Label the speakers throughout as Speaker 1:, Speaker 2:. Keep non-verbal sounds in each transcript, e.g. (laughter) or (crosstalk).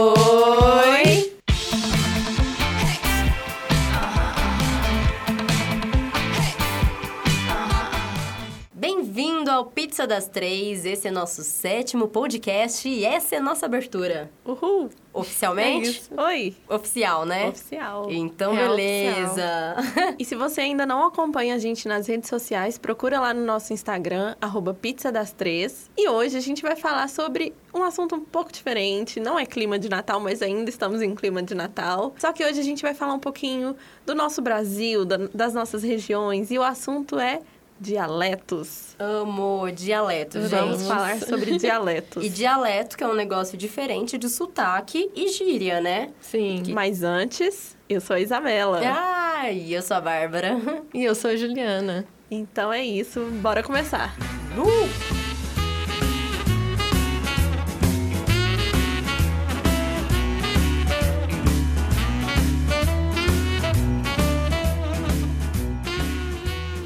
Speaker 1: Oi! Bem-vindo ao Pizza das Três. Esse é nosso sétimo podcast e essa é nossa abertura.
Speaker 2: Uhul! É
Speaker 1: Oficialmente?
Speaker 2: isso. Oi!
Speaker 1: Oficial, né?
Speaker 2: Oficial.
Speaker 1: Então,
Speaker 2: É
Speaker 1: beleza.
Speaker 2: E se você ainda não acompanha a gente nas redes sociais, procura lá no nosso Instagram, arroba pizza das três. E hoje a gente vai falar sobre um assunto um pouco diferente. Não é clima de Natal, mas ainda estamos em clima de Natal. Só que hoje a gente vai falar um pouquinho do nosso Brasil, da- das nossas regiões. E o assunto é dialetos.
Speaker 1: Amo dialeto, gente.
Speaker 2: Vamos falar sobre
Speaker 1: (laughs)
Speaker 2: dialetos.
Speaker 1: E dialeto, que é um negócio diferente de sotaque e gíria, né?
Speaker 3: Sim.
Speaker 2: Mas antes, eu sou a Isabela.
Speaker 1: Ah. Ai, eu sou a Bárbara.
Speaker 3: E eu sou a Juliana.
Speaker 2: Então é isso, bora começar.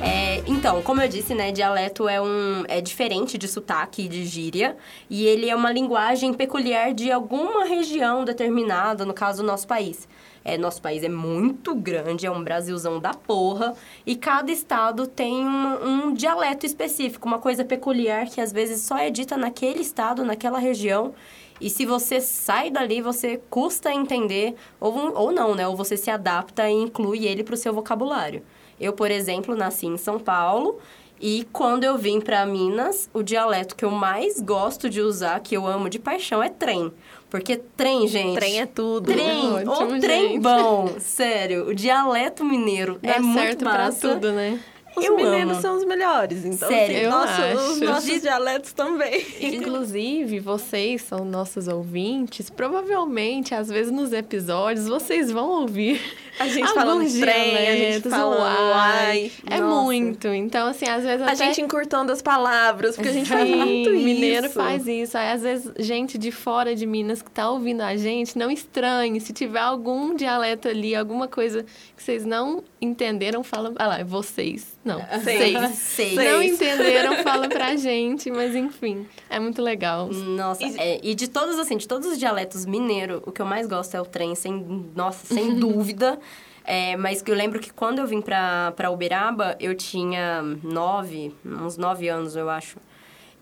Speaker 1: É, então, como eu disse, né, dialeto é um é diferente de sotaque e de gíria, e ele é uma linguagem peculiar de alguma região determinada, no caso, nosso país. É, nosso país é muito grande, é um Brasilzão da porra, e cada estado tem um, um dialeto específico, uma coisa peculiar que às vezes só é dita naquele estado, naquela região. E se você sai dali, você custa entender, ou, ou não, né? Ou você se adapta e inclui ele para o seu vocabulário. Eu, por exemplo, nasci em São Paulo e quando eu vim para Minas, o dialeto que eu mais gosto de usar, que eu amo de paixão, é trem. Porque trem, gente.
Speaker 2: Trem é tudo.
Speaker 1: Trem,
Speaker 3: Ótimo,
Speaker 1: o trem
Speaker 3: gente.
Speaker 1: bom. Sério, o dialeto mineiro é
Speaker 3: Dá
Speaker 1: muito
Speaker 3: certo
Speaker 1: massa.
Speaker 3: pra tudo,
Speaker 2: (laughs)
Speaker 3: né?
Speaker 2: Os
Speaker 1: Eu
Speaker 2: mineiros
Speaker 1: amo.
Speaker 2: são os melhores, então
Speaker 1: Sério.
Speaker 2: assim,
Speaker 3: Eu
Speaker 2: nossa, os
Speaker 3: acho.
Speaker 2: nossos dialetos também.
Speaker 3: Inclusive, vocês são nossos ouvintes. Provavelmente, às vezes, nos episódios, vocês vão ouvir
Speaker 2: A gente
Speaker 3: alguns
Speaker 2: falando trem, a gente
Speaker 3: dialetos,
Speaker 2: falando
Speaker 3: uai.
Speaker 2: uai.
Speaker 3: É
Speaker 1: Nossa.
Speaker 3: muito. Então, assim, às vezes
Speaker 2: A
Speaker 3: até... (laughs)
Speaker 2: gente encurtando as palavras, porque a gente faz
Speaker 3: Sim,
Speaker 2: muito isso.
Speaker 3: mineiro faz isso. Aí, às vezes, gente de fora de Minas que tá ouvindo a gente, não estranhe. Se tiver algum dialeto ali, alguma coisa que vocês não entenderam, fala... Ah lá, vocês. Não,
Speaker 2: Sei.
Speaker 3: vocês.
Speaker 1: Sei.
Speaker 2: Sei.
Speaker 3: Não
Speaker 2: Vocês. (laughs)
Speaker 3: entenderam, fala pra gente, mas enfim, é muito legal.
Speaker 2: Hum.
Speaker 1: Nossa,
Speaker 2: E-
Speaker 1: é, e de todos, assim, de todos os dialetos mineiro, o que eu mais gosto é o trem, sem, nossa, sem dúvida. É, mas que eu lembro que quando eu vim pra, pra Uberaba, eu tinha nove, uns nove anos, eu acho.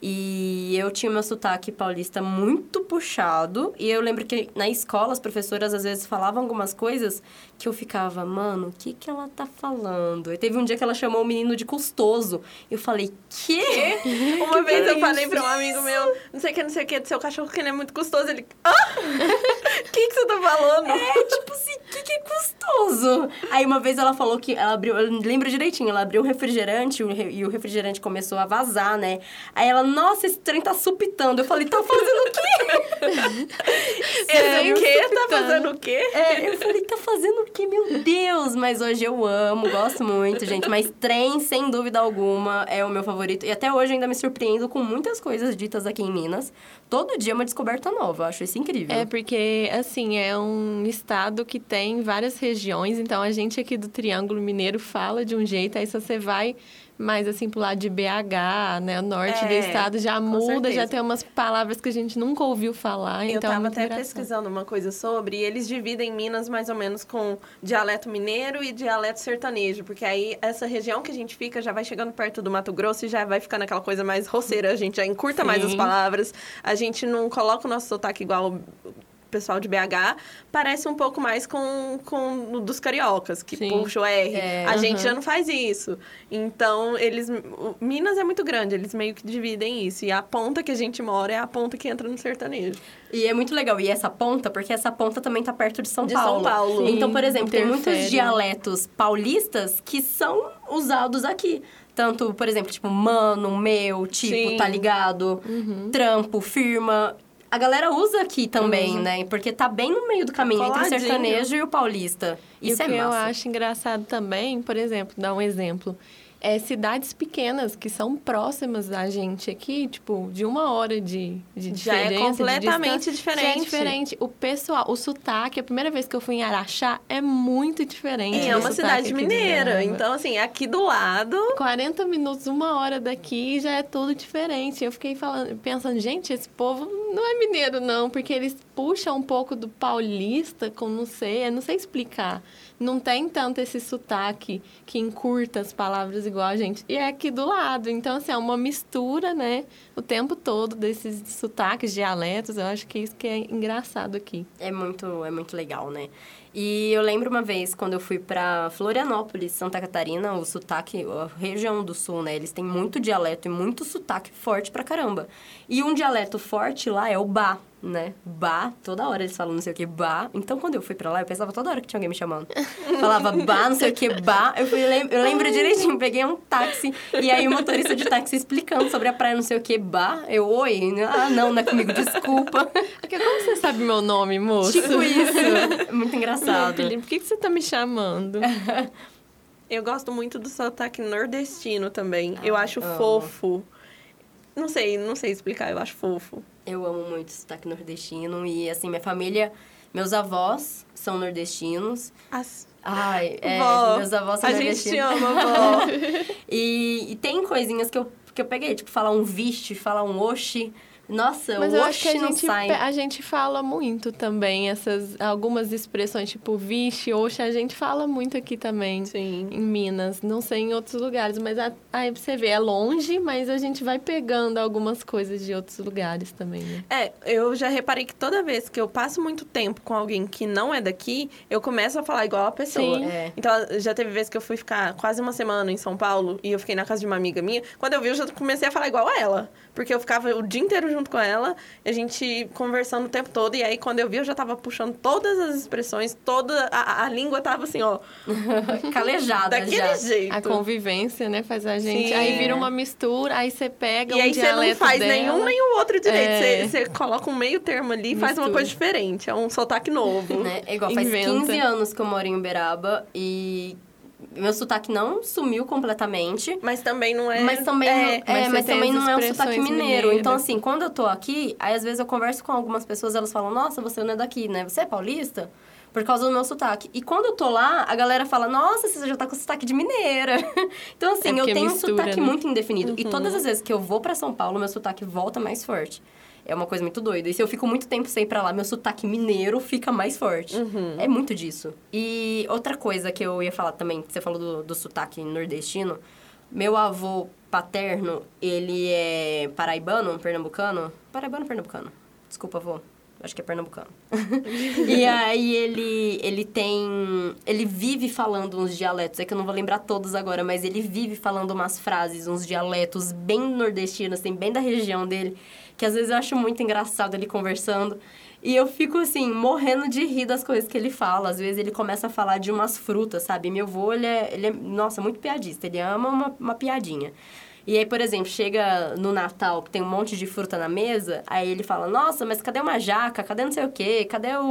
Speaker 1: E eu tinha meu sotaque paulista muito puxado. E eu lembro que na escola as professoras às vezes falavam algumas coisas que eu ficava, mano, o que que ela tá falando? E teve um dia que ela chamou o menino de custoso. Eu falei, quê?
Speaker 2: Uma vez eu
Speaker 1: que
Speaker 2: falei
Speaker 1: é
Speaker 2: pra um amigo meu, não sei o que, não sei o que, do seu cachorro que ele é muito custoso. Ele, ah! O (laughs) que, que você tá falando?
Speaker 1: É, tipo assim, o que, que é custoso? Aí uma vez ela falou que ela abriu, eu lembro direitinho, ela abriu um refrigerante o re- e o refrigerante começou a vazar, né? Aí ela, nossa, esse trem tá supitando. Eu falei, tá fazendo o quê?
Speaker 2: Esse o quê? Tá
Speaker 3: Supitando.
Speaker 2: fazendo o quê?
Speaker 1: É, eu falei, tá fazendo o quê? Meu Deus! Mas hoje eu amo, gosto muito, gente. Mas trem, sem dúvida alguma, é o meu favorito. E até hoje eu ainda me surpreendo com muitas coisas ditas aqui em Minas. Todo dia é uma descoberta nova, eu acho isso incrível.
Speaker 3: É porque, assim, é um estado que tem várias regiões, então a gente aqui do Triângulo Mineiro fala de um jeito, aí se você vai mais assim pro lado de BH, né, norte do
Speaker 2: É,
Speaker 3: estado, já
Speaker 2: com
Speaker 3: muda,
Speaker 2: certeza.
Speaker 3: já tem umas palavras que a gente nunca ouviu falar,
Speaker 2: Eu
Speaker 3: então é
Speaker 2: tava
Speaker 3: muito
Speaker 2: até
Speaker 3: engraçado.
Speaker 2: pesquisando uma coisa sobre, e eles dividem Minas mais ou menos com dialeto mineiro e dialeto sertanejo, porque aí essa região que a gente fica já vai chegando perto do Mato Grosso e já vai ficando aquela coisa mais roceira, a gente já encurta mais as
Speaker 3: Sim.
Speaker 2: palavras, a gente não coloca o nosso sotaque igual o pessoal de BH, parece um pouco mais com, com o dos cariocas, que
Speaker 3: Sim.
Speaker 2: puxa o R.
Speaker 1: É,
Speaker 2: a gente
Speaker 3: aham.
Speaker 2: já não faz isso. Então, eles... o- Minas é muito grande, eles meio que dividem isso. E a ponta que a gente mora é a ponta que entra no sertanejo.
Speaker 1: E é muito legal. E essa ponta, porque essa ponta também tá perto de São
Speaker 2: De São
Speaker 1: Paulo.
Speaker 2: Paulo.
Speaker 1: Então, por
Speaker 3: Sim,
Speaker 1: exemplo, tem muitos
Speaker 3: interfere. né?
Speaker 1: dialetos paulistas que são usados aqui. Tanto, por exemplo, tipo, mano, meu, tipo,
Speaker 2: Sim.
Speaker 1: tá ligado,
Speaker 3: Uhum.
Speaker 1: trampo, firma. A galera usa aqui também,
Speaker 3: Uhum.
Speaker 1: né? Porque tá bem no meio do caminho entre o
Speaker 2: Coladinho.
Speaker 1: sertanejo e o paulista.
Speaker 3: E o
Speaker 1: Isso
Speaker 3: que
Speaker 1: é massa.
Speaker 3: eu acho engraçado também, por exemplo, dar um exemplo. É cidades pequenas que são próximas da gente aqui, tipo, de uma hora de, de
Speaker 2: Já é
Speaker 3: diferença. de
Speaker 2: completamente
Speaker 3: distância,
Speaker 2: diferente.
Speaker 3: Já é diferente. O pessoal, o sotaque, a primeira vez que eu fui em Araxá, é muito diferente.
Speaker 2: E
Speaker 3: do
Speaker 2: é uma
Speaker 3: sotaque
Speaker 2: cidade
Speaker 3: aqui de
Speaker 2: mineira.
Speaker 3: Uberaba.
Speaker 2: Então, assim, aqui do lado.
Speaker 3: 40 minutos, uma hora daqui, já é tudo diferente. Eu fiquei falando, pensando, gente, esse povo não é mineiro, não, porque eles puxam um pouco do paulista, como não sei, eu não sei explicar. Não tem tanto esse sotaque que encurta as palavras igual a gente. E é aqui do lado. Então, assim, é uma mistura, né? O tempo todo desses sotaques, dialetos. Eu acho que é isso que é engraçado aqui.
Speaker 1: É muito, é muito legal, né? E eu lembro uma vez quando eu fui para Florianópolis, Santa Catarina, o sotaque, a região do sul, né? Eles têm muito dialeto e muito sotaque forte pra caramba. E um dialeto forte lá é o ba, né? Ba, toda hora eles falam não sei o que, ba. Então quando eu fui pra lá, eu pensava toda hora que tinha alguém me chamando. Falava ba, não sei o que, ba. Eu, fui, lem- eu lembro direitinho, peguei um táxi e aí o motorista de táxi explicando sobre a praia, não sei o que, ba. Eu, oi, ah, não, não é comigo, desculpa.
Speaker 3: Porque como você sabe meu nome, moço?
Speaker 1: Tipo (laughs) isso. Muito engraçado.
Speaker 3: Felipe, por que que você tá me chamando?
Speaker 2: Eu gosto muito do sotaque nordestino também. eu
Speaker 3: Ah,
Speaker 2: acho
Speaker 1: amo.
Speaker 2: fofo. Não sei, não sei explicar, eu acho fofo.
Speaker 1: Eu amo muito o sotaque nordestino e, assim, minha família... Meus avós são nordestinos.
Speaker 2: As...
Speaker 1: Ai, é,
Speaker 2: Vó,
Speaker 1: meus avós são
Speaker 2: a gente te
Speaker 1: nordestinos.
Speaker 2: ama, vó.
Speaker 1: (laughs) E, e tem coisinhas que eu, que eu peguei, tipo, falar um viste, falar um oxi. Nossa,
Speaker 3: Mas
Speaker 1: o
Speaker 3: eu
Speaker 1: oxi
Speaker 3: acho que a
Speaker 1: não
Speaker 3: gente,
Speaker 1: sai.
Speaker 3: pe- a gente fala muito também essas algumas expressões, tipo vixe, oxe, a gente fala muito aqui
Speaker 2: (laughs)
Speaker 3: também.
Speaker 2: Sim.
Speaker 3: Em Minas, não sei em outros lugares, mas a- aí você vê, é longe, mas a gente vai pegando algumas coisas de outros lugares também, né?
Speaker 2: É, eu já reparei que toda vez que eu passo muito tempo com alguém que não é daqui, eu começo a falar igual a pessoa.
Speaker 3: Sim.
Speaker 1: É.
Speaker 2: Então, já teve vez que eu fui ficar quase uma semana em São Paulo e eu fiquei na casa de uma amiga minha. Quando eu vi, eu já comecei a falar igual a ela. Porque eu ficava o dia inteiro junto com ela, a gente conversando o tempo todo. E aí, quando eu vi, eu já tava puxando todas as expressões, toda a, a- a língua tava assim, ó,
Speaker 1: (laughs) Calejada
Speaker 2: daquele
Speaker 1: já.
Speaker 2: jeito.
Speaker 3: A convivência, né, faz a gente.
Speaker 2: Sim. é.
Speaker 3: Aí vira uma mistura, aí você pega
Speaker 2: E
Speaker 3: um
Speaker 2: aí você não
Speaker 3: dialeto
Speaker 2: faz
Speaker 3: dela.
Speaker 2: nenhum nem o outro direito.
Speaker 3: É.
Speaker 2: Você, você coloca um meio termo ali e faz uma
Speaker 3: Mistura.
Speaker 2: coisa diferente. É um sotaque novo.
Speaker 1: Né? É igual, faz
Speaker 3: Inventa.
Speaker 1: 15 anos que eu moro em Uberaba e meu sotaque não sumiu completamente.
Speaker 2: Mas também não é.
Speaker 1: Mas também,
Speaker 2: é,
Speaker 1: não, é,
Speaker 3: mas
Speaker 1: mas
Speaker 3: você tem
Speaker 1: também
Speaker 3: as
Speaker 1: não é um
Speaker 3: expressões né?
Speaker 1: sotaque mineiro.
Speaker 3: mineiras.
Speaker 1: Então, assim, quando eu tô aqui, aí às vezes eu converso com algumas pessoas, elas falam, nossa, você não é daqui, né? Você é paulista? Por causa do meu sotaque. E quando eu tô lá, a galera fala, nossa, você já tá com sotaque de mineira. (laughs) então, assim,
Speaker 3: É
Speaker 1: eu
Speaker 3: porque
Speaker 1: tenho
Speaker 3: mistura,
Speaker 1: um sotaque
Speaker 3: né?
Speaker 1: muito indefinido. E todas as vezes que eu vou pra São Paulo, meu sotaque volta mais forte. É uma coisa muito doida. E se eu fico muito tempo sem ir pra lá, meu sotaque mineiro fica mais forte. É muito disso. E outra coisa que eu ia falar também, que você falou do, do sotaque nordestino. Meu avô paterno, ele é paraibano, pernambucano. Paraibano, pernambucano. Desculpa, avô. Acho que é pernambucano. (laughs) e aí ele, ele tem. Ele vive falando uns dialetos. É que eu não vou lembrar todos agora, mas ele vive falando umas frases, uns dialetos bem nordestinos, assim, bem da região dele. Que às vezes eu acho muito engraçado ele conversando. E eu fico assim, morrendo de rir das coisas que ele fala. Às vezes ele começa a falar de umas frutas, sabe? Meu avô, ele é, ele é, nossa, muito piadista. Ele ama uma, uma piadinha. E aí, por exemplo, chega no Natal, que tem um monte de fruta na mesa, aí ele fala, nossa, mas cadê uma jaca? Cadê não sei o quê? Cadê o...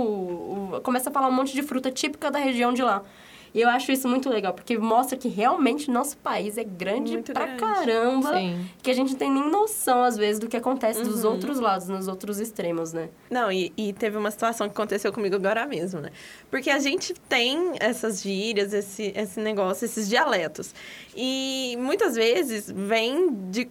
Speaker 1: o-" Começa a falar um monte de fruta típica da região de lá. E eu acho isso muito legal, porque mostra que realmente nosso país é grande
Speaker 2: Muito
Speaker 1: pra
Speaker 2: grande.
Speaker 1: caramba.
Speaker 3: Sim.
Speaker 1: Que a gente não tem nem noção, às vezes, do que acontece dos
Speaker 3: Uhum.
Speaker 1: outros lados, nos outros extremos, né?
Speaker 2: Não, e, e teve uma situação que aconteceu comigo agora mesmo, né? Porque a gente tem essas gírias, esse, esse negócio, esses dialetos. E muitas vezes vem de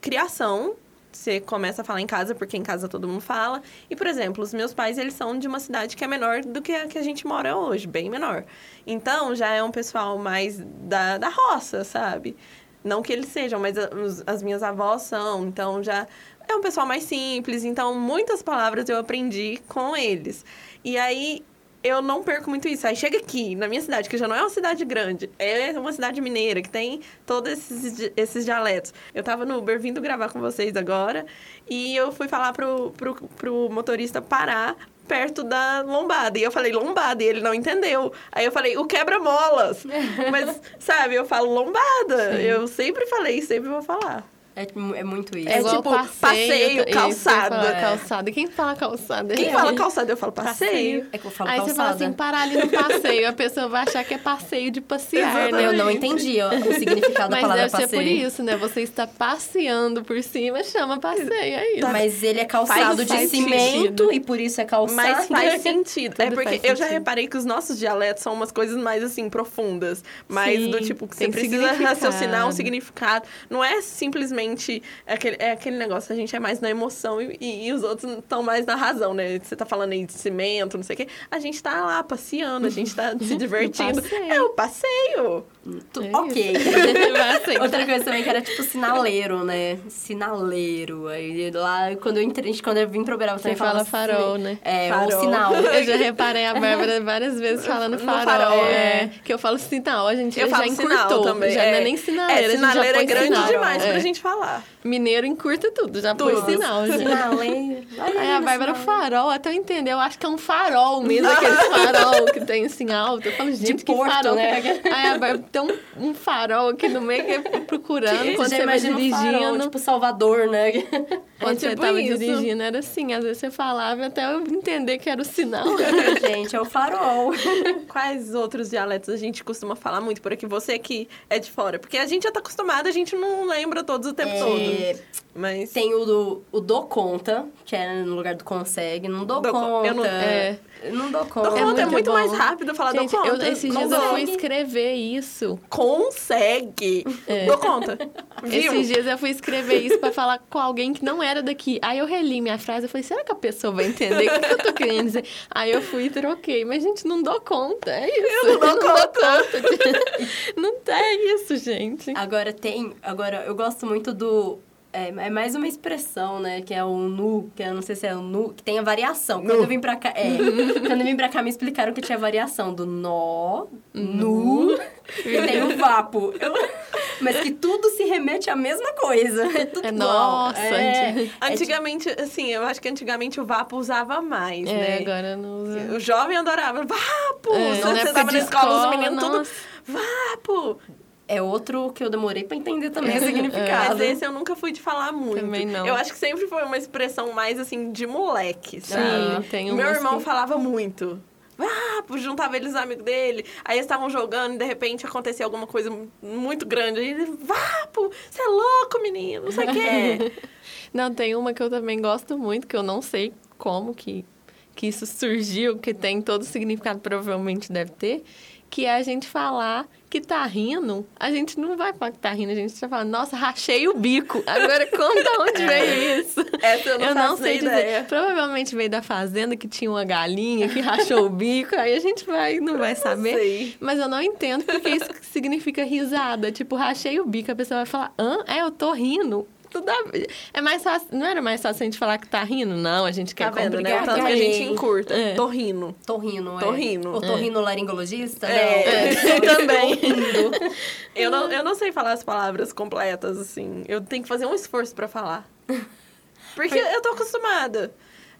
Speaker 2: criação. Você começa a falar em casa, porque em casa todo mundo fala. E, por exemplo, os meus pais, eles são de uma cidade que é menor do que a que a gente mora hoje, bem menor. Então, já é um pessoal mais da, da roça, sabe? Não que eles sejam, mas a- os- as minhas avós são, então já é um pessoal mais simples, então muitas palavras eu aprendi com eles. E aí eu não perco muito isso. Aí chega aqui, na minha cidade, que já não é uma cidade grande, é uma cidade mineira, que tem todos esses, di- esses dialetos. Eu tava no Uber vindo gravar com vocês agora e eu fui falar pro, pro, pro motorista parar perto da lombada. E eu falei lombada e ele não entendeu. Aí eu falei o quebra-molas. Mas, sabe, eu falo lombada. Eu sempre falei e sempre vou falar.
Speaker 1: É, é muito isso.
Speaker 3: É, igual
Speaker 2: tipo, passeio,
Speaker 3: passeio, isso, eu ia
Speaker 2: calçada.
Speaker 3: falar
Speaker 1: É.
Speaker 3: calçada. Quem fala calçada? É
Speaker 2: Quem
Speaker 3: Eu.
Speaker 2: fala calçada, eu falo passeio.
Speaker 1: É que eu falo
Speaker 3: Aí você fala
Speaker 1: calçada.
Speaker 3: assim, parar ali no passeio. A pessoa vai achar que é passeio de passear, né?
Speaker 1: Eu não
Speaker 2: Exatamente.
Speaker 1: entendi ó, o
Speaker 3: (laughs)
Speaker 1: significado da
Speaker 3: Mas
Speaker 1: palavra
Speaker 3: deve
Speaker 1: passeio.
Speaker 3: ser por isso, né? Você está passeando por cima, chama passeio, é isso. (laughs)
Speaker 1: Mas ele é calçado
Speaker 2: Faz-
Speaker 1: de
Speaker 2: faz
Speaker 1: cimento
Speaker 3: sentido.
Speaker 1: e por isso é calçado.
Speaker 2: Mas
Speaker 1: (laughs)
Speaker 2: faz sentido. é
Speaker 3: Tudo
Speaker 2: porque
Speaker 3: faz
Speaker 2: eu já
Speaker 3: sentido.
Speaker 2: reparei que os nossos dialetos são umas coisas mais assim, profundas. Mais
Speaker 3: Sim,
Speaker 2: do tipo que você
Speaker 3: tem
Speaker 2: precisa
Speaker 3: significado.
Speaker 2: raciocinar um significado. Não é simplesmente realmente. É aquele, é aquele negócio, a gente é mais na emoção e, e- e os outros estão mais na razão, né? Você tá falando aí de cimento, não sei o quê. A gente tá lá passeando, a gente
Speaker 3: (laughs)
Speaker 2: tá se divertindo.
Speaker 3: passeio.
Speaker 2: É o passeio.
Speaker 1: Tu-
Speaker 3: É isso. (laughs)
Speaker 1: ok.
Speaker 3: Vai assim. ser.
Speaker 1: Outra coisa também que era tipo sinaleiro, né? Sinaleiro. Aí lá, quando eu entrei, quando eu vim pro Uberaba
Speaker 3: Você
Speaker 1: também
Speaker 3: fala
Speaker 1: falava
Speaker 3: farol,
Speaker 1: sine-
Speaker 3: né?
Speaker 1: É,
Speaker 2: Farol.
Speaker 1: ou
Speaker 3: (laughs)
Speaker 1: sinal.
Speaker 3: Eu já reparei a Bárbara várias vezes falando
Speaker 2: No
Speaker 3: farol.
Speaker 2: farol,
Speaker 3: é. Que eu falo sinal, a gente
Speaker 2: Eu
Speaker 3: já
Speaker 2: falo
Speaker 3: encurtou.
Speaker 2: sinal também.
Speaker 3: Já não
Speaker 2: é.
Speaker 3: é nem sinaleira,
Speaker 2: É, sinaleira
Speaker 3: a
Speaker 2: é
Speaker 3: gente já põe
Speaker 2: grande
Speaker 3: sinal.
Speaker 2: demais
Speaker 3: É.
Speaker 2: pra gente falar.
Speaker 3: Mineiro encurta tudo, já
Speaker 1: Nossa,
Speaker 2: (laughs)
Speaker 3: põe sinal. já.
Speaker 1: Sinaleiro. Olha né?
Speaker 3: Aí a
Speaker 1: no
Speaker 3: Bárbara é um
Speaker 1: sinal.
Speaker 3: farol, até eu entendo. Eu acho que é um farol
Speaker 1: (laughs)
Speaker 3: mesmo, aquele farol que tem assim alto. Eu falo, gente, que
Speaker 1: porto,
Speaker 3: farol.
Speaker 1: né?
Speaker 3: Aí a Bárbara tem um, um farol aqui no meio que é procurando
Speaker 1: Gente,
Speaker 3: quando
Speaker 1: já
Speaker 3: você vai
Speaker 1: imagina um
Speaker 3: dirigindo.
Speaker 1: farol, tipo Salvador,
Speaker 3: (laughs)
Speaker 1: né?
Speaker 3: Quando
Speaker 2: É
Speaker 3: você
Speaker 2: tipo
Speaker 3: tava
Speaker 2: isso.
Speaker 3: dirigindo, era assim. Às vezes você falava até eu entender que era o sinal.
Speaker 1: Gente, é o farol.
Speaker 2: Quais outros dialetos a gente costuma falar muito por aqui? Você que é de fora. Porque a gente já tá acostumado, a gente não lembra todos o tempo
Speaker 1: É,
Speaker 2: todo. Mas.
Speaker 1: Tem o do, o do conta, que é no lugar do consegue. Não dou
Speaker 2: Dou con-
Speaker 1: conta.
Speaker 2: eu não-
Speaker 3: é.
Speaker 1: Eu não dou conta.
Speaker 2: Dou conta é muito,
Speaker 3: muito bom.
Speaker 2: mais rápido
Speaker 1: Tá
Speaker 2: falar
Speaker 3: Gente,
Speaker 2: dou
Speaker 3: eu,
Speaker 2: conta.
Speaker 3: esses
Speaker 2: Não
Speaker 3: dias eu
Speaker 2: dou.
Speaker 3: fui escrever isso.
Speaker 2: Consegue! Dou conta. Viu?
Speaker 3: É. Esses dias eu fui escrever isso pra falar com alguém que não era daqui. Aí eu reli minha frase, eu falei, será que a pessoa vai entender? O que que eu tô querendo dizer? Aí eu fui e troquei. Mas, gente, não dou conta, é isso. (laughs)
Speaker 2: Eu não dou conta. Ah,
Speaker 3: Não é isso, gente.
Speaker 1: Agora tem. Agora, eu gosto muito do. É, é mais uma expressão, né? Que é o nu, que eu não sei se é o nu, que tem a variação. Quando eu vim pra cá. É, quando eu vim pra cá, me explicaram que tinha variação do nó, nu, e tem o vapo. (laughs) Eu- mas que tudo se remete à mesma coisa. É tudo
Speaker 3: É,
Speaker 1: igual.
Speaker 3: nossa,
Speaker 1: É,
Speaker 3: anti-
Speaker 1: é tipo-
Speaker 2: Antigamente, assim, eu acho que antigamente o Vapo usava mais,
Speaker 3: É,
Speaker 2: né?
Speaker 3: agora não usa.
Speaker 2: O jovem adorava. Vapo!
Speaker 3: É,
Speaker 2: Você
Speaker 3: na época
Speaker 2: tava
Speaker 3: de
Speaker 2: na escola, os
Speaker 3: escola,
Speaker 2: meninos tudo.
Speaker 3: nossa.
Speaker 2: Vapo!
Speaker 1: é outro que eu demorei pra entender (laughs) também
Speaker 3: É.
Speaker 1: o significado.
Speaker 2: Mas esse eu nunca fui de falar muito.
Speaker 3: Também não.
Speaker 2: Eu acho que sempre foi uma expressão mais assim de moleque, sabe?
Speaker 3: tem
Speaker 2: Meu
Speaker 3: umas
Speaker 2: irmão
Speaker 3: que-
Speaker 2: falava muito. Ah, pô, juntava eles amigos dele, aí eles estavam jogando e de repente acontecia alguma coisa muito grande. Aí ele, vapo, você é louco, menino, não sei o
Speaker 3: (laughs)
Speaker 2: quê.
Speaker 3: Não, tem uma que eu também gosto muito, que eu não sei como que, que isso surgiu, que tem todo o significado, provavelmente deve ter, que é a gente falar que tá rindo. A gente não vai falar que tá rindo, a gente vai falar, nossa, rachei o bico. Agora
Speaker 2: (laughs)
Speaker 3: conta onde veio isso.
Speaker 2: Essa É. eu não faço nem ideia.
Speaker 3: Provavelmente veio da fazenda que tinha uma galinha que rachou o bico, aí a gente vai, não vai saber.
Speaker 2: sei.
Speaker 3: Mas eu não entendo porque isso (laughs) que significa risada. Tipo, rachei o bico, a pessoa vai falar, hã? É, eu tô rindo. Tudo a... ver. É mais fácil. Não era mais fácil a gente falar que tá rindo? Não, a gente
Speaker 2: Tá
Speaker 3: quer
Speaker 2: vendo, né? O
Speaker 1: complicado,
Speaker 2: tanto que a gente
Speaker 1: hein?
Speaker 2: encurta.
Speaker 3: É.
Speaker 2: Tô rindo.
Speaker 1: Torrino, é.
Speaker 2: Torrino.
Speaker 1: Otorrino laringologista?
Speaker 2: É, (laughs)
Speaker 3: (laughs)
Speaker 2: também.
Speaker 1: Torrindo.
Speaker 2: Eu não, eu não sei falar as palavras completas, assim. Eu tenho que fazer um esforço pra falar. Porque eu tô acostumada.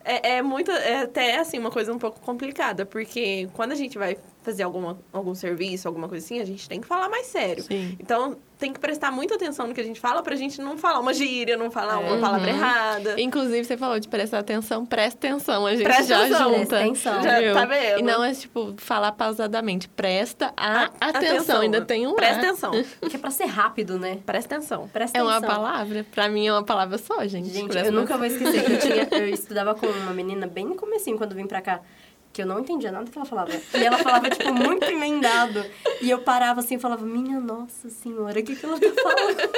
Speaker 2: É, é muito. É até assim, uma coisa um pouco complicada, porque quando a gente vai fazer alguma, algum serviço, alguma coisa assim, a gente tem que falar mais sério.
Speaker 3: Sim.
Speaker 2: Então tem que prestar muita atenção no que a gente fala pra gente não falar uma gíria, não falar uma
Speaker 3: É.
Speaker 2: palavra
Speaker 3: Uhum.
Speaker 2: errada.
Speaker 3: Inclusive, você falou de prestar atenção, presta atenção, a gente
Speaker 2: Presta
Speaker 3: já
Speaker 2: atenção.
Speaker 3: junta.
Speaker 1: Presta atenção.
Speaker 2: Já
Speaker 3: viu?
Speaker 2: tá vendo?
Speaker 3: E não é tipo falar pausadamente, presta a
Speaker 2: A-
Speaker 3: atenção. ainda tem um.
Speaker 2: Presta
Speaker 3: a.
Speaker 2: atenção.
Speaker 1: Que é pra ser rápido, né?
Speaker 2: Presta atenção.
Speaker 1: Presta
Speaker 3: É uma
Speaker 1: atenção.
Speaker 3: palavra? Pra mim é uma palavra só, gente.
Speaker 1: Gente,
Speaker 3: Presta
Speaker 1: eu nunca
Speaker 3: atenção.
Speaker 1: vou esquecer que eu, tinha, eu estudava com uma menina bem no comecinho, quando eu vim pra cá, que eu não entendia nada que ela falava. E ela falava, tipo, muito emendado. E eu parava assim e falava, minha nossa senhora, o que, que ela tá falando?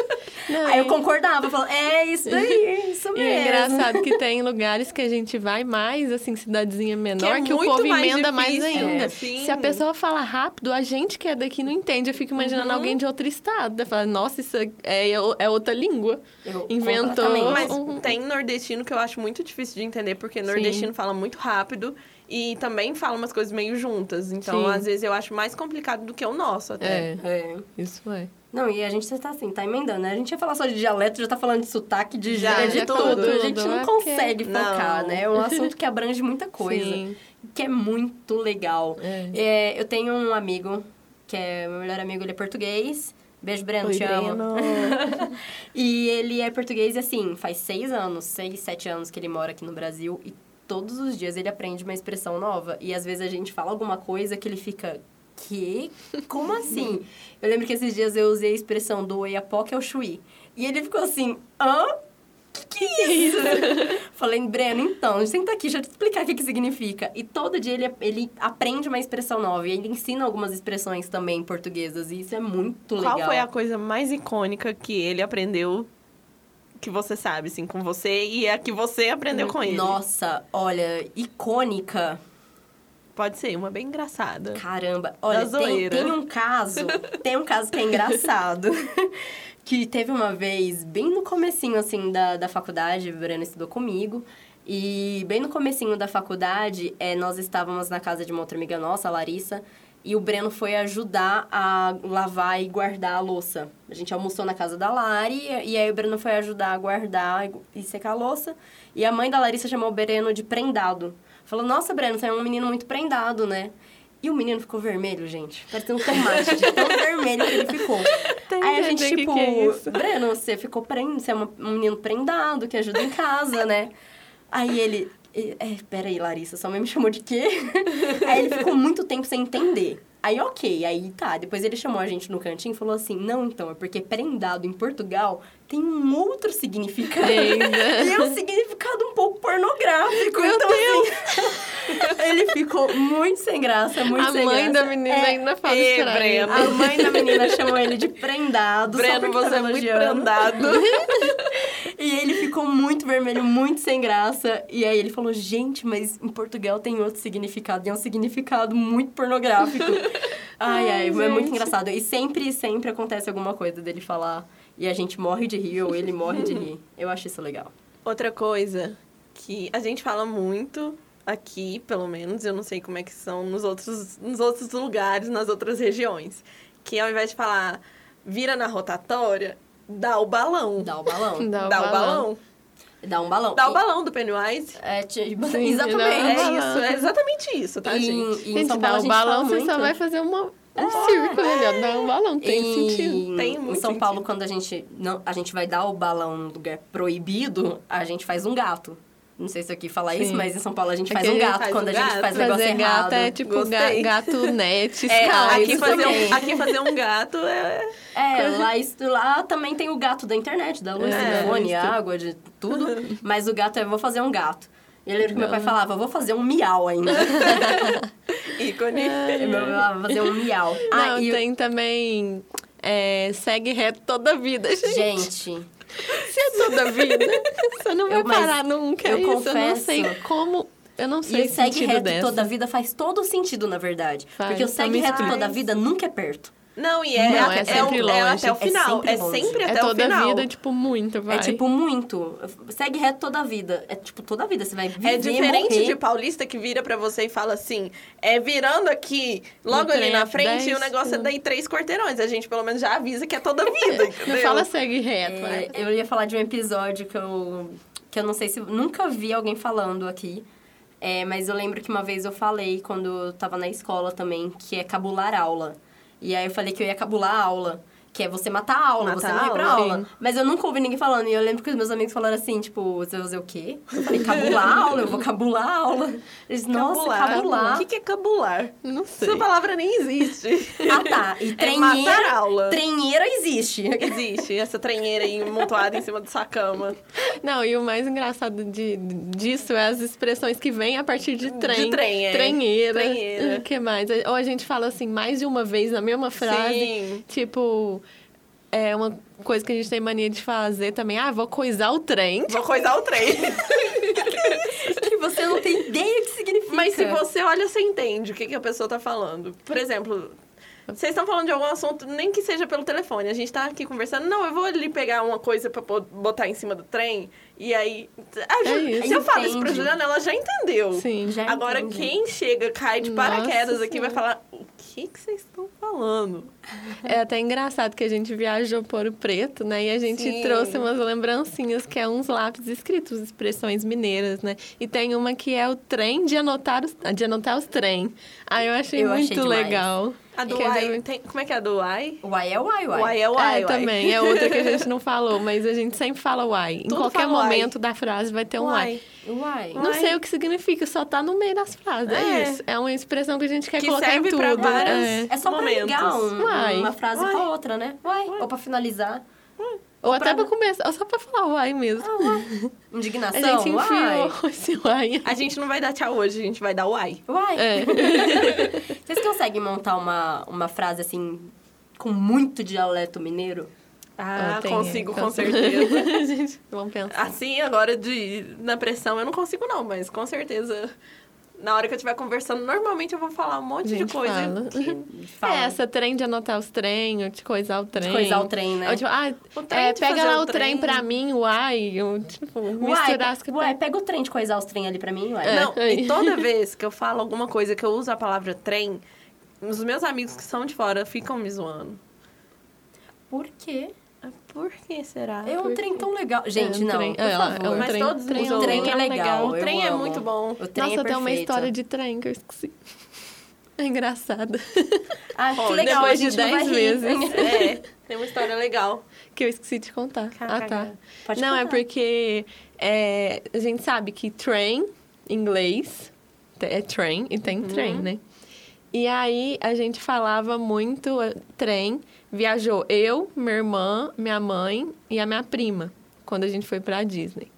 Speaker 3: Não,
Speaker 1: Aí eu
Speaker 3: e-
Speaker 1: concordava, eu falava, é isso daí, é isso
Speaker 3: E
Speaker 1: mesmo.
Speaker 3: é engraçado que tem lugares que a gente vai mais, assim, cidadezinha menor,
Speaker 2: Que
Speaker 3: que,
Speaker 2: é
Speaker 3: o
Speaker 2: muito
Speaker 3: povo
Speaker 2: mais
Speaker 3: emenda mais
Speaker 2: difícil,
Speaker 3: ainda.
Speaker 2: é, sim.
Speaker 3: Se a pessoa fala rápido, a gente que é daqui não entende. Eu fico imaginando
Speaker 2: Uhum.
Speaker 3: alguém de outro estado. né? Fala, nossa, isso é, é outra língua.
Speaker 1: Eu-
Speaker 3: Inventou.
Speaker 1: completamente.
Speaker 2: Mas
Speaker 3: Um-
Speaker 2: tem nordestino que eu acho muito difícil de entender, porque nordestino fala muito rápido e também fala umas coisas meio juntas. Então,
Speaker 3: Sim.
Speaker 2: às vezes, eu acho mais complicado do que o nosso até.
Speaker 3: É,
Speaker 1: É.
Speaker 3: isso é.
Speaker 1: Não, e a gente tá assim, tá emendando, né? A gente ia falar só de dialeto, já tá falando de sotaque, de
Speaker 2: Já,
Speaker 1: gíria, de
Speaker 2: já
Speaker 1: tudo.
Speaker 3: tudo,
Speaker 1: A gente não
Speaker 3: ok.
Speaker 1: consegue
Speaker 2: Não.
Speaker 1: focar, né? É um assunto que abrange muita coisa.
Speaker 3: Sim.
Speaker 1: Que é muito legal.
Speaker 3: É.
Speaker 1: É, eu tenho um amigo, que é meu melhor amigo, ele é português. Beijo, Breno,
Speaker 2: Oi,
Speaker 1: te amo.
Speaker 2: Breno.
Speaker 1: E ele é português, e assim, faz seis anos, seis, sete anos que ele mora aqui no Brasil e todos os dias ele aprende uma expressão nova. E às vezes a gente fala alguma coisa que ele fica. Que? (laughs) Como assim? Eu lembro que esses dias eu usei a expressão do Oiapoque ao Chuí. E ele ficou assim, hã? Que que é isso? (laughs) Falei, Breno, então, senta aqui, deixa eu te explicar o que, que significa. E todo dia ele, ele aprende uma expressão nova. E ele ensina algumas expressões também portuguesas. E isso é muito
Speaker 2: Qual
Speaker 1: legal.
Speaker 2: foi a coisa mais icônica que ele aprendeu que você sabe, assim, com você e a que você aprendeu com ele.
Speaker 1: Hum, Nossa, olha, icônica.
Speaker 2: Pode ser uma bem engraçada.
Speaker 1: Caramba, olha,
Speaker 2: Da
Speaker 1: tem,
Speaker 2: zoeira.
Speaker 1: tem um caso, tem um caso que é engraçado. (laughs) que teve uma vez, bem no comecinho, assim, da, da faculdade, o Breno estudou comigo. E bem no comecinho da faculdade, é, nós estávamos na casa de uma outra amiga nossa, a Larissa. E o Breno foi ajudar a lavar e guardar a louça. A gente almoçou na casa da Lari, e aí o Breno foi ajudar a guardar e secar a louça. E a mãe da Larissa chamou o Breno de prendado. Falou, nossa, Breno, você é um menino muito prendado, né? E o menino ficou vermelho, gente. Parecia um tomate de tão vermelho que
Speaker 2: (laughs)
Speaker 1: ele ficou.
Speaker 2: Tem
Speaker 1: Aí a
Speaker 2: que
Speaker 1: gente,
Speaker 2: ver Tá o que
Speaker 1: tipo,
Speaker 2: que é isso.
Speaker 1: Breno, você ficou prendo, você é uma- um menino prendado que ajuda em casa, né? Aí ele. e- É, peraí, Larissa, sua mãe me chamou de
Speaker 2: (laughs)
Speaker 1: quê? Aí ele ficou muito tempo sem entender. Aí, ok, aí tá. Depois ele chamou a gente no cantinho e falou assim: não, então, é porque prendado em Portugal tem um outro significado.
Speaker 3: Prenda.
Speaker 1: (laughs) E é um significado um pouco pornográfico.
Speaker 3: Meu
Speaker 1: então, assim, ele ficou muito sem graça, muito
Speaker 3: a
Speaker 1: sem graça.
Speaker 3: mãe da menina
Speaker 1: É,
Speaker 3: ainda fala
Speaker 2: é,
Speaker 3: isso pra
Speaker 2: Breno.
Speaker 3: mim.
Speaker 1: a mãe da menina chamou ele de prendado. só
Speaker 2: Breno,
Speaker 1: porque
Speaker 2: você
Speaker 1: tava
Speaker 2: é muito
Speaker 1: elogiando. (laughs)
Speaker 2: prendado.
Speaker 1: E ele ficou muito vermelho, muito sem graça. E aí ele falou: gente, mas em Portugal tem outro significado. E é um significado muito
Speaker 3: (laughs)
Speaker 1: pornográfico. Ai, ai,
Speaker 3: Ai,
Speaker 1: é muito
Speaker 3: gente.
Speaker 1: engraçado. E sempre, sempre acontece alguma coisa dele falar. E a gente morre de rir, ou ele morre de rir. Eu acho isso legal.
Speaker 2: Outra coisa que a gente fala muito aqui, pelo menos, eu não sei como é que são nos outros, nos outros lugares, nas outras regiões, que ao invés de falar vira na rotatória, dá o balão.
Speaker 1: Dá o balão.
Speaker 3: Dá o
Speaker 2: Dá o balão.
Speaker 3: balão.
Speaker 1: Dá um balão.
Speaker 2: Dá o
Speaker 1: E-
Speaker 2: balão do Pennywise.
Speaker 1: É, tipo,
Speaker 3: Sim, dá um
Speaker 2: É
Speaker 1: exatamente.
Speaker 3: balão.
Speaker 2: isso, é exatamente isso, tá,
Speaker 1: E-
Speaker 2: gente?
Speaker 1: e em
Speaker 3: gente,
Speaker 1: São
Speaker 3: dá
Speaker 1: Paulo a
Speaker 3: o
Speaker 1: gente fala
Speaker 3: balão, você só
Speaker 1: muito.
Speaker 3: vai fazer uma, um circo, melhor. Dá um balão, tem
Speaker 1: Em-
Speaker 3: sentido.
Speaker 2: Tem
Speaker 1: em
Speaker 2: muito
Speaker 1: um São
Speaker 2: sentido.
Speaker 1: Paulo, quando a gente, não, a gente vai dar o balão num lugar proibido, a gente faz um gato. Não sei se aqui falar isso,
Speaker 3: Sim.
Speaker 1: mas em São Paulo a gente
Speaker 2: É
Speaker 1: faz
Speaker 2: que
Speaker 1: um
Speaker 2: a gente
Speaker 1: gato
Speaker 2: faz
Speaker 1: quando
Speaker 2: um
Speaker 1: a gente
Speaker 2: gato.
Speaker 1: faz
Speaker 2: Fazer
Speaker 1: negócio
Speaker 3: Fazer gato
Speaker 1: errado.
Speaker 3: é tipo ga,
Speaker 2: Gostei.
Speaker 3: gato net,
Speaker 1: É,
Speaker 3: escala,
Speaker 2: aqui,
Speaker 1: isso
Speaker 2: fazer
Speaker 1: também.
Speaker 2: um, aqui fazer um gato é.
Speaker 3: tipo
Speaker 1: É, lá, isso- lá também tem o gato da internet, da luz,
Speaker 2: É,
Speaker 1: do fone,
Speaker 3: isso.
Speaker 1: água, de
Speaker 3: (laughs)
Speaker 1: tudo. Mas o gato é, vou fazer um gato. E eu lembro que meu pai falava, vou fazer um miau
Speaker 3: (laughs)
Speaker 1: ainda.
Speaker 2: ícone.
Speaker 3: É.
Speaker 1: meu pai falava, vou fazer um miau.
Speaker 3: Não,
Speaker 1: Ah, e,
Speaker 3: tem também. é, segue reto toda a vida, gente.
Speaker 1: gente,
Speaker 3: Se é toda
Speaker 1: (laughs)
Speaker 3: a vida, você não vai
Speaker 1: Eu- mas
Speaker 3: parar nunca. é
Speaker 1: eu
Speaker 3: isso, eu não
Speaker 1: confesso.
Speaker 3: sei como. Eu não
Speaker 1: e
Speaker 3: sei o
Speaker 1: o segue
Speaker 3: sentido
Speaker 1: reto
Speaker 3: dessa.
Speaker 1: toda a vida faz todo sentido, na verdade.
Speaker 3: Faz,
Speaker 1: porque o
Speaker 3: tá
Speaker 1: segue
Speaker 3: me
Speaker 1: reto toda a
Speaker 2: explicando.
Speaker 1: vida nunca é perto.
Speaker 2: Não, e é,
Speaker 3: Não,
Speaker 2: é,
Speaker 3: é sempre
Speaker 2: o- é
Speaker 3: longe.
Speaker 2: até o
Speaker 1: É
Speaker 2: final.
Speaker 1: sempre
Speaker 2: É
Speaker 1: longe.
Speaker 2: sempre,
Speaker 3: É
Speaker 2: até o
Speaker 3: toda a
Speaker 2: final.
Speaker 3: vida, tipo, muito, vai.
Speaker 1: É tipo muito. Segue reto toda a vida. É tipo toda a vida. Você vai viver,
Speaker 2: É diferente
Speaker 1: morrer.
Speaker 2: de paulista que vira pra você e fala assim, é virando aqui, logo
Speaker 3: No
Speaker 2: ali na
Speaker 3: trem,
Speaker 2: frente, e o
Speaker 3: dez,
Speaker 2: negócio é
Speaker 3: né?
Speaker 2: daí três quarteirões. A gente pelo menos já avisa que é toda
Speaker 3: (laughs)
Speaker 2: vida,
Speaker 3: Não
Speaker 2: entendeu?
Speaker 3: fala segue reto, vai.
Speaker 1: É, eu ia falar de um episódio que eu, que eu não sei se. Nunca vi alguém falando aqui. É, mas eu lembro que uma vez eu falei, quando eu tava na escola também, que é cabular aula. E aí eu falei que eu ia cabular a aula. Que é você matar a aula,
Speaker 2: Matar
Speaker 1: você não ir pra
Speaker 2: a
Speaker 3: aula,
Speaker 1: aula. Mas eu nunca ouvi ninguém falando. E eu lembro que os meus amigos falaram assim, tipo, você vai fazer o quê? Eu falei, cabular a aula, eu vou cabular a aula. Eles, nossa,
Speaker 2: Cabular.
Speaker 1: cabular.
Speaker 2: O que que é cabular?
Speaker 3: Não sei.
Speaker 2: Essa palavra nem
Speaker 3: (laughs)
Speaker 2: existe.
Speaker 1: Ah, tá. (laughs) E
Speaker 2: É
Speaker 1: treineira,
Speaker 2: matar aula.
Speaker 1: treineira existe. (laughs)
Speaker 2: Existe essa tranheira aí montuada em cima da sua cama.
Speaker 3: Não, e o mais engraçado de, disso é as expressões que vêm a partir de trem.
Speaker 2: De trem, é.
Speaker 3: Trenheira.
Speaker 2: Trenheira.
Speaker 3: O que mais? Ou a gente fala assim mais de uma vez na mesma frase.
Speaker 2: Sim.
Speaker 3: Tipo, é uma coisa que a gente tem mania de fazer também. Ah, vou coisar o trem.
Speaker 2: Vou coisar o trem.
Speaker 1: que você não tem ideia o que significa.
Speaker 2: Mas se você olha, você entende o que, que a pessoa tá falando. Por exemplo, vocês estão falando de algum assunto, nem que seja pelo telefone. A gente tá aqui conversando. Não, eu vou ali pegar uma coisa pra pô- botar em cima do trem. E aí. a Ju-
Speaker 3: É isso.
Speaker 2: se eu falo isso pra
Speaker 1: Entende.
Speaker 2: Juliana, ela já entendeu.
Speaker 3: Sim.
Speaker 1: Já
Speaker 2: Agora,
Speaker 1: entendi.
Speaker 2: quem chega, cai de
Speaker 3: Nossa
Speaker 2: paraquedas aqui, vai
Speaker 3: Senhora.
Speaker 2: falar: o que, que vocês estão falando?
Speaker 3: É até engraçado que a gente viajou por o preto, né? E a gente
Speaker 2: Sim.
Speaker 3: trouxe umas lembrancinhas, que é uns lápis escritos, expressões mineiras, né? E tem uma que é o trem de anotar os, de anotar os trem. Aí eu achei
Speaker 1: Eu achei
Speaker 3: muito
Speaker 1: demais.
Speaker 3: legal.
Speaker 2: A do
Speaker 3: Quer dizer,
Speaker 2: Uai. tem- Como é que é a do Uai?
Speaker 1: Uai é uai, uai.
Speaker 2: Uai é Uai.
Speaker 3: é,
Speaker 2: uai.
Speaker 3: também. É
Speaker 2: (laughs)
Speaker 3: outra que a gente não falou, mas a gente sempre fala uai. Em
Speaker 2: Tudo
Speaker 3: qualquer
Speaker 2: fala uai.
Speaker 3: momento da frase vai ter um uai.
Speaker 2: Uai.
Speaker 1: Uai.
Speaker 3: Não
Speaker 2: Uai.
Speaker 3: sei o que significa, só tá no meio das frases. É,
Speaker 2: É.
Speaker 3: isso. É uma expressão que a gente quer
Speaker 2: Que
Speaker 3: colocar em
Speaker 2: serve
Speaker 3: tudo.
Speaker 2: pra várias-
Speaker 3: é.
Speaker 1: É só
Speaker 2: Momentos.
Speaker 1: pra ligar um-
Speaker 3: Uai.
Speaker 1: uma frase
Speaker 2: Uai.
Speaker 1: com a outra, né? Uai. Ou pra finalizar.
Speaker 3: Ou até pra começar, ou só pra falar uai mesmo.
Speaker 2: Ah,
Speaker 3: a
Speaker 1: Indignação.
Speaker 3: gente enfiou
Speaker 1: uai.
Speaker 3: (laughs) esse uai.
Speaker 2: A gente não vai dar tchau hoje, a gente vai dar Uai.
Speaker 1: Uai. (laughs)
Speaker 3: É.
Speaker 1: Vocês conseguem montar uma, uma frase assim com muito dialeto mineiro?
Speaker 2: Ah,
Speaker 3: Ah, tem,
Speaker 2: consigo, com
Speaker 3: consigo. (laughs)
Speaker 2: certeza.
Speaker 3: Gente, vamos pensar.
Speaker 2: Assim, agora de na pressão, eu não consigo não, mas com certeza. Na hora que eu estiver conversando, normalmente eu vou falar um monte de
Speaker 3: Gente,
Speaker 2: coisa.
Speaker 3: fala.
Speaker 2: que-
Speaker 1: Fala.
Speaker 3: (laughs) É, essa trem de anotar os trem, ou de coisar o trem.
Speaker 1: De coisar o trem, né?
Speaker 3: Ou, tipo, ah,
Speaker 2: O trem
Speaker 3: é,
Speaker 2: de
Speaker 3: pega
Speaker 2: fazer
Speaker 3: lá
Speaker 2: o
Speaker 3: o trem,
Speaker 2: trem.
Speaker 3: pra mim, uai. Eu, tipo, misturar as tá.
Speaker 1: uai, uai, pega o trem de coisar os trem ali pra mim, uai.
Speaker 2: Não,
Speaker 3: É.
Speaker 2: e
Speaker 1: (laughs)
Speaker 2: toda vez que eu falo alguma coisa que eu uso a palavra trem, os meus amigos que são de fora ficam me zoando. Ah,
Speaker 1: Por quê?
Speaker 2: Por que será?
Speaker 1: É um
Speaker 3: por
Speaker 1: trem
Speaker 3: quê?
Speaker 1: tão legal. Gente,
Speaker 3: um
Speaker 1: não,
Speaker 3: trem-
Speaker 1: por
Speaker 3: é, lá, é um
Speaker 1: favor.
Speaker 2: Mas
Speaker 3: trem-
Speaker 2: todos
Speaker 3: trem-
Speaker 2: usam
Speaker 1: o trem é
Speaker 2: tão
Speaker 1: legal.
Speaker 2: O
Speaker 1: eu
Speaker 2: trem é
Speaker 1: amo.
Speaker 2: muito bom.
Speaker 1: O trem
Speaker 3: Nossa,
Speaker 1: é
Speaker 3: tem uma
Speaker 1: perfeito.
Speaker 3: história de trem que eu esqueci. (laughs) É engraçada. (laughs)
Speaker 1: Ah,
Speaker 2: Ó,
Speaker 1: que legal,
Speaker 3: depois
Speaker 1: a gente
Speaker 3: de
Speaker 1: não vai
Speaker 3: 10
Speaker 1: rir. (laughs)
Speaker 2: (laughs)
Speaker 3: meses.
Speaker 2: É, tem uma história legal.
Speaker 3: Que eu esqueci de contar. Ah, tá.
Speaker 1: Pode
Speaker 3: não, é
Speaker 1: contar.
Speaker 3: porque é, a gente sabe que train, em inglês, te- é train e tem trem, né? E aí a gente falava muito eh, trem. Viajou eu, minha irmã, minha mãe e a minha prima, quando a gente foi pra Disney.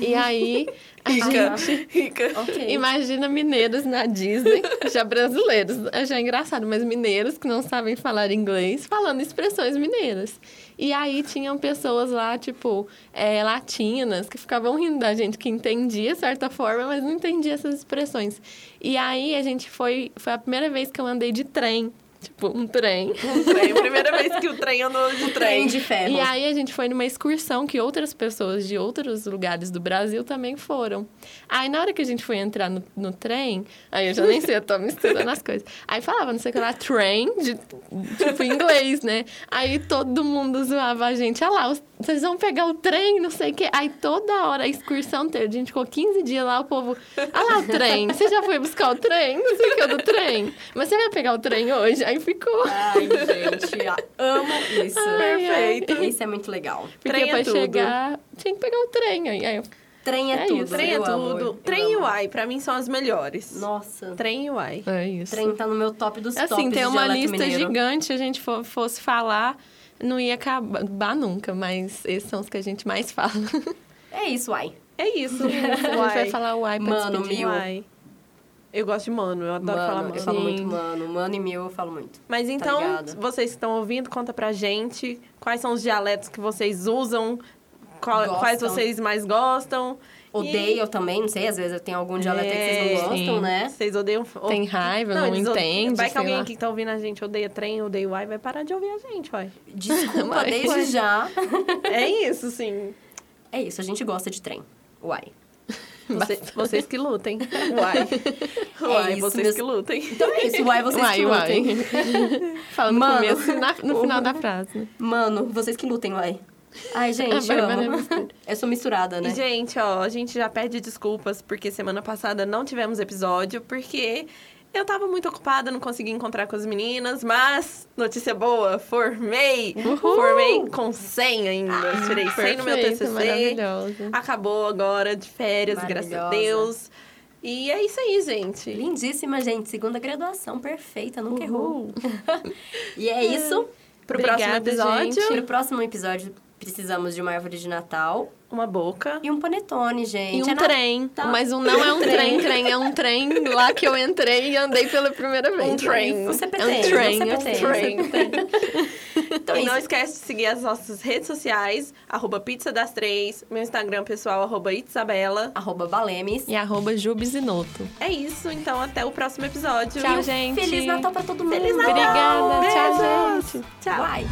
Speaker 3: E aí a
Speaker 2: Rica,
Speaker 3: gente.
Speaker 2: rica.
Speaker 1: Ok.
Speaker 3: Imagina mineiros na Disney, já brasileiros, já é engraçado, mas mineiros que não sabem falar inglês, falando expressões mineiras. E aí tinham pessoas lá, tipo, é, latinas, que ficavam rindo da gente, que entendia certa forma, mas não entendia essas expressões. E aí a gente foi, foi a primeira vez que eu andei de trem, tipo, um trem.
Speaker 2: Um trem. Primeira vez que o trem andou de
Speaker 1: Trem
Speaker 2: trem.
Speaker 1: de ferro.
Speaker 3: E aí a gente foi numa excursão que outras pessoas de outros lugares do Brasil também foram. Aí na hora que a gente foi entrar no, no trem, aí eu já nem sei, eu tô misturando as coisas. Aí falava, não sei o que lá, train, de, tipo em inglês, né? Aí todo mundo zoava a gente, ah lá, os- vocês vão pegar o trem, não sei o que. Aí toda hora a excursão teve, a gente ficou 15 dias lá, o povo, ah lá o trem, você já foi buscar o trem, não sei o que é do trem. Mas você vai pegar o trem hoje? Aí ficou.
Speaker 1: Ai, gente, ah, amo isso.
Speaker 3: Ai, ai.
Speaker 1: Perfeito. Isso é muito legal.
Speaker 3: Porque
Speaker 2: Trem é
Speaker 3: pra
Speaker 2: tudo.
Speaker 3: chegar, tinha que pegar o trem. Aí, aí eu
Speaker 1: Trem é,
Speaker 3: É
Speaker 1: tudo.
Speaker 3: isso.
Speaker 2: Trem é
Speaker 1: eu amo,
Speaker 2: tudo.
Speaker 1: eu
Speaker 2: trem e
Speaker 1: amo.
Speaker 2: uai, pra mim são as melhores.
Speaker 1: Nossa,
Speaker 2: Trem e uai.
Speaker 3: É isso.
Speaker 1: trem tá no meu top dos tops
Speaker 3: assim, tem
Speaker 1: de
Speaker 3: uma
Speaker 1: dialeto
Speaker 3: lista
Speaker 1: mineiro.
Speaker 3: gigante, se a gente fo- fosse falar, não ia acabar nunca, mas esses são os que a gente mais fala. (laughs)
Speaker 1: É isso, uai.
Speaker 2: É isso.
Speaker 3: a gente vai falar uai pra
Speaker 1: Mano,
Speaker 3: despedir.
Speaker 1: mil.
Speaker 2: Uai. Eu gosto de mano, eu adoro falar assim.
Speaker 1: Mano,
Speaker 2: mano.
Speaker 1: eu falo
Speaker 3: Sim. Tá
Speaker 1: muito mano. Mano e meu, eu falo muito.
Speaker 2: Mas então,
Speaker 1: ligado?
Speaker 2: vocês que estão ouvindo, conta pra gente quais são os dialetos que vocês usam, qual-
Speaker 1: Gostam.
Speaker 2: quais vocês mais gostam.
Speaker 1: Odeio também, não sei, às vezes tem algum dialeto aí que vocês não
Speaker 3: É,
Speaker 1: gostam,
Speaker 3: sim.
Speaker 1: né?
Speaker 2: Vocês odeiam...
Speaker 3: Tem raiva, não,
Speaker 2: eles odeiam-
Speaker 3: entende,
Speaker 2: Vai que
Speaker 3: sei
Speaker 2: alguém
Speaker 3: lá.
Speaker 2: aqui que tá ouvindo a gente odeia trem, odeia uai, vai parar de ouvir a gente, uai.
Speaker 1: Desculpa
Speaker 3: Mas-
Speaker 1: desde já.
Speaker 2: É isso,
Speaker 3: (laughs)
Speaker 2: sim.
Speaker 1: É isso, a gente gosta de trem. Uai.
Speaker 2: Você- vocês que
Speaker 3: (laughs)
Speaker 2: lutem. Uai. Uai,
Speaker 3: É
Speaker 1: isso,
Speaker 2: vocês
Speaker 1: meus-
Speaker 2: que lutem.
Speaker 1: Então é isso, uai, vocês
Speaker 3: Uai,
Speaker 1: que
Speaker 3: uai.
Speaker 1: lutem.
Speaker 3: Fala no
Speaker 1: Mano.
Speaker 3: começo e na- no final da frase. né?
Speaker 1: Mano, vocês que lutem, uai. Ai,
Speaker 3: A
Speaker 1: gente, eu
Speaker 3: Bárbara é
Speaker 1: amo.
Speaker 3: mistura.
Speaker 1: (laughs) Eu sou misturada, né?
Speaker 2: E, gente, ó, a gente já pede desculpas porque semana passada não tivemos episódio, porque eu tava muito ocupada, não consegui encontrar com as meninas, mas, notícia boa, formei! Formei com 100 ainda, tirei 100 no meu
Speaker 3: Perfeito, é
Speaker 2: TCC.
Speaker 3: maravilhosa.
Speaker 2: Acabou agora, de férias, graças a
Speaker 1: Maravilhosa.
Speaker 2: Deus. E é isso aí, gente.
Speaker 1: Lindíssima, gente. Segunda graduação, perfeita, nunca errou.
Speaker 2: Uhul.
Speaker 1: E é isso.
Speaker 2: Pro próximo
Speaker 3: Obrigada,
Speaker 2: episódio,
Speaker 3: gente.
Speaker 1: No próximo episódio, precisamos de uma árvore de Natal
Speaker 2: uma boca
Speaker 1: e um panetone,
Speaker 3: E
Speaker 1: gente.
Speaker 3: um
Speaker 1: É na-
Speaker 3: trem.
Speaker 1: Tá.
Speaker 3: Mas um não é um trem, trem. É um trem lá que eu entrei e andei pela primeira vez.
Speaker 2: trem.
Speaker 1: Um
Speaker 3: É
Speaker 1: CPT.
Speaker 3: um trem,
Speaker 1: um
Speaker 3: é um
Speaker 1: CPT.
Speaker 3: trem.
Speaker 1: Então é
Speaker 2: e não
Speaker 1: (laughs) isso.
Speaker 2: esquece de seguir as nossas redes sociais, arroba pizza das três, meu Instagram pessoal, arroba Itzabela.
Speaker 1: Arroba Balemes.
Speaker 3: E arroba Jubizinoto.
Speaker 2: É isso, então até o próximo episódio.
Speaker 3: Tchau,
Speaker 2: E
Speaker 3: gente.
Speaker 1: Feliz um Natal pra todo mundo.
Speaker 2: Feliz Natal!
Speaker 3: Obrigada. Tchau,
Speaker 2: Beijos.
Speaker 3: gente.
Speaker 2: Tchau.
Speaker 1: Uai.